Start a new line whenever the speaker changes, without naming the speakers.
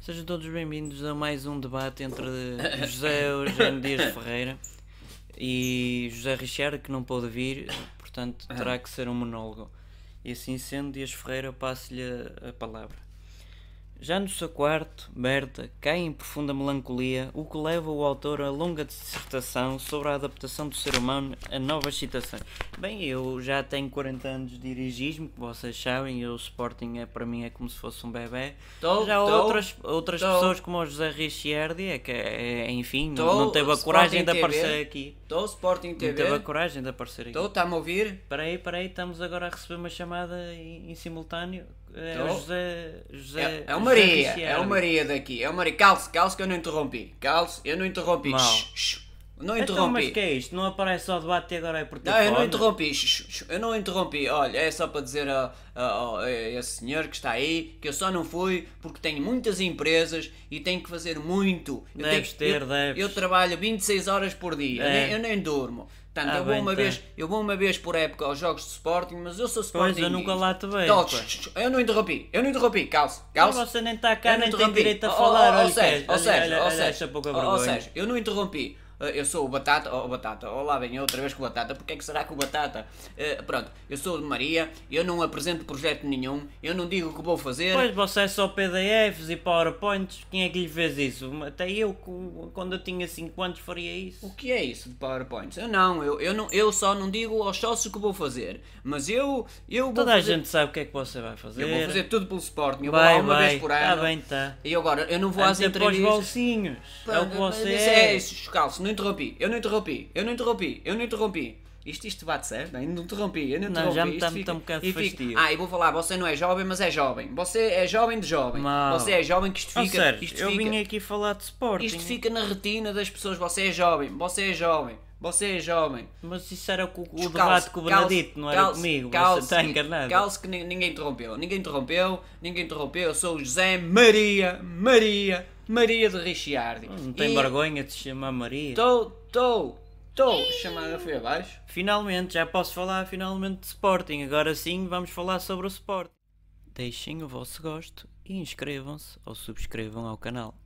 Sejam todos bem-vindos a mais um debate entre José Eugênio Dias Ferreira e José Richard, que não pôde vir, portanto terá que ser um monólogo. E assim sendo, Dias Ferreira passa-lhe a- a palavra. Já no seu quarto, Berta cai em profunda melancolia, o que leva o autor a longa dissertação sobre a adaptação do ser humano a novas situações. Bem, eu já tenho 40 anos de dirigismo, que vocês sabem, eu o Sporting é, para mim é como se fosse um bebê.
Tô,
já
tô,
outras, outras
tô.
pessoas como o José Richardi, é que é, é, enfim, não-
Tô,
não teve a
Sporting
coragem de
TV.
aparecer aqui.
Estou Sporting
Não teve a
TV.
coragem de aparecer aqui.
Estou, está-me a ouvir?
Espera aí, espera aí, estamos agora a receber uma chamada em, em simultâneo. É
Tô.
o José, José.
É, é o
José
Maria, é
Richardi.
o Maria daqui. É o Maria. Calce, calce que eu não interrompi. Calce, eu não interrompi.
Mal.
Shh, shh. Não
Então, mas que
interrompi.
é isto? Não aparece só debate e agora é por
Não, eu não
telefone?
interrompi. Shh, shh, shh. Eu não interrompi. Olha, é só para dizer a, a, a- a esse senhor que está aí que eu só não fui porque tenho muitas empresas e tenho que fazer muito. Eu
Deves
tenho-
ter,
eu,
deves.
Eu trabalho 26 horas por dia.
É.
Eu, nem, eu nem durmo. Portanto,
Ah,
eu, vou
bem,
uma
então.
vez, eu vou uma vez por época aos jogos de Sporting, mas eu sou
Pois,
Sporting.
eu nunca lá te vejo.
Então,
pá.
shh, shh, eu não interrompi, eu não interrompi, calça,
Mas
calça.
Então, Você nem está cá,
Eu não
nem tem
interrompi.
direito a
Ó, ó,
falar.
ó,
olha,
ó, Sérgio, ó,
olha,
Sérgio,
olha,
ó,
olha esta
Sérgio,
pouca
ó, ó,
vergonha.
Sérgio, eu não interrompi. Uh, Eu sou o Batata, ó, o Batata, ó lá vem eu outra vez com o Batata, porque é que será que o Batata? Uh, pronto, eu sou de Maria, eu não apresento projeto nenhum, eu não digo o que vou fazer.
Pois você é só PDFs e PowerPoints, quem é que lhe fez isso? Até eu, cu- quando eu tinha 5 anos, faria
O
isso.
que é isso de PowerPoints? Eu não, eu, eu não, eu só não digo aos sócios o que vou fazer, mas eu, eu vou
Toda a
fazer-
gente sabe o que é que você vai fazer.
eu vou fazer tudo pelo Sporting, eu
Vai,
vou lá uma
vai,
vez por
tá
ano.
bem, tá.
E agora, eu não vou às
Até para os
entrevistas.
bolsinhos. É o que
Mas
você
isso é
é.
isso, calço, não interrompi, eu não interrompi, eu não interrompi, eu não interrompi. Isto, isto bate certo, não é? não interrompi, eu não
Não,
interrompi.
já me
isto
tá- tá um bocado
e fica-
fastio.
Ah, e vou falar, você não é jovem, mas é jovem. Você é jovem de jovem.
Mau.
Você é jovem que isto
Ó,
fica.
Sérgio,
isto
eu
fica,
vim aqui falar de Sporting.
isto fica na retina das pessoas, você é jovem, você é jovem, você é jovem.
Mas isso era com o
Calce,
debate com o
calce,
Benedito, não era
calce,
comigo.
calce,
Você está enganado.
Calce que nin- ninguém interrompeu, ninguém interrompeu, ninguém interrompeu. Eu sou o José Maria, Maria, Maria de Richiardi.
Hum, Não tem vergonha de se chamar Maria?
Estou, estou, estou. Chamada foi abaixo.
Finalmente, já posso falar finalmente de Sporting. Agora sim, vamos falar sobre o Sporting. Deixem o vosso gosto e inscrevam-se ou subscrevam ao canal.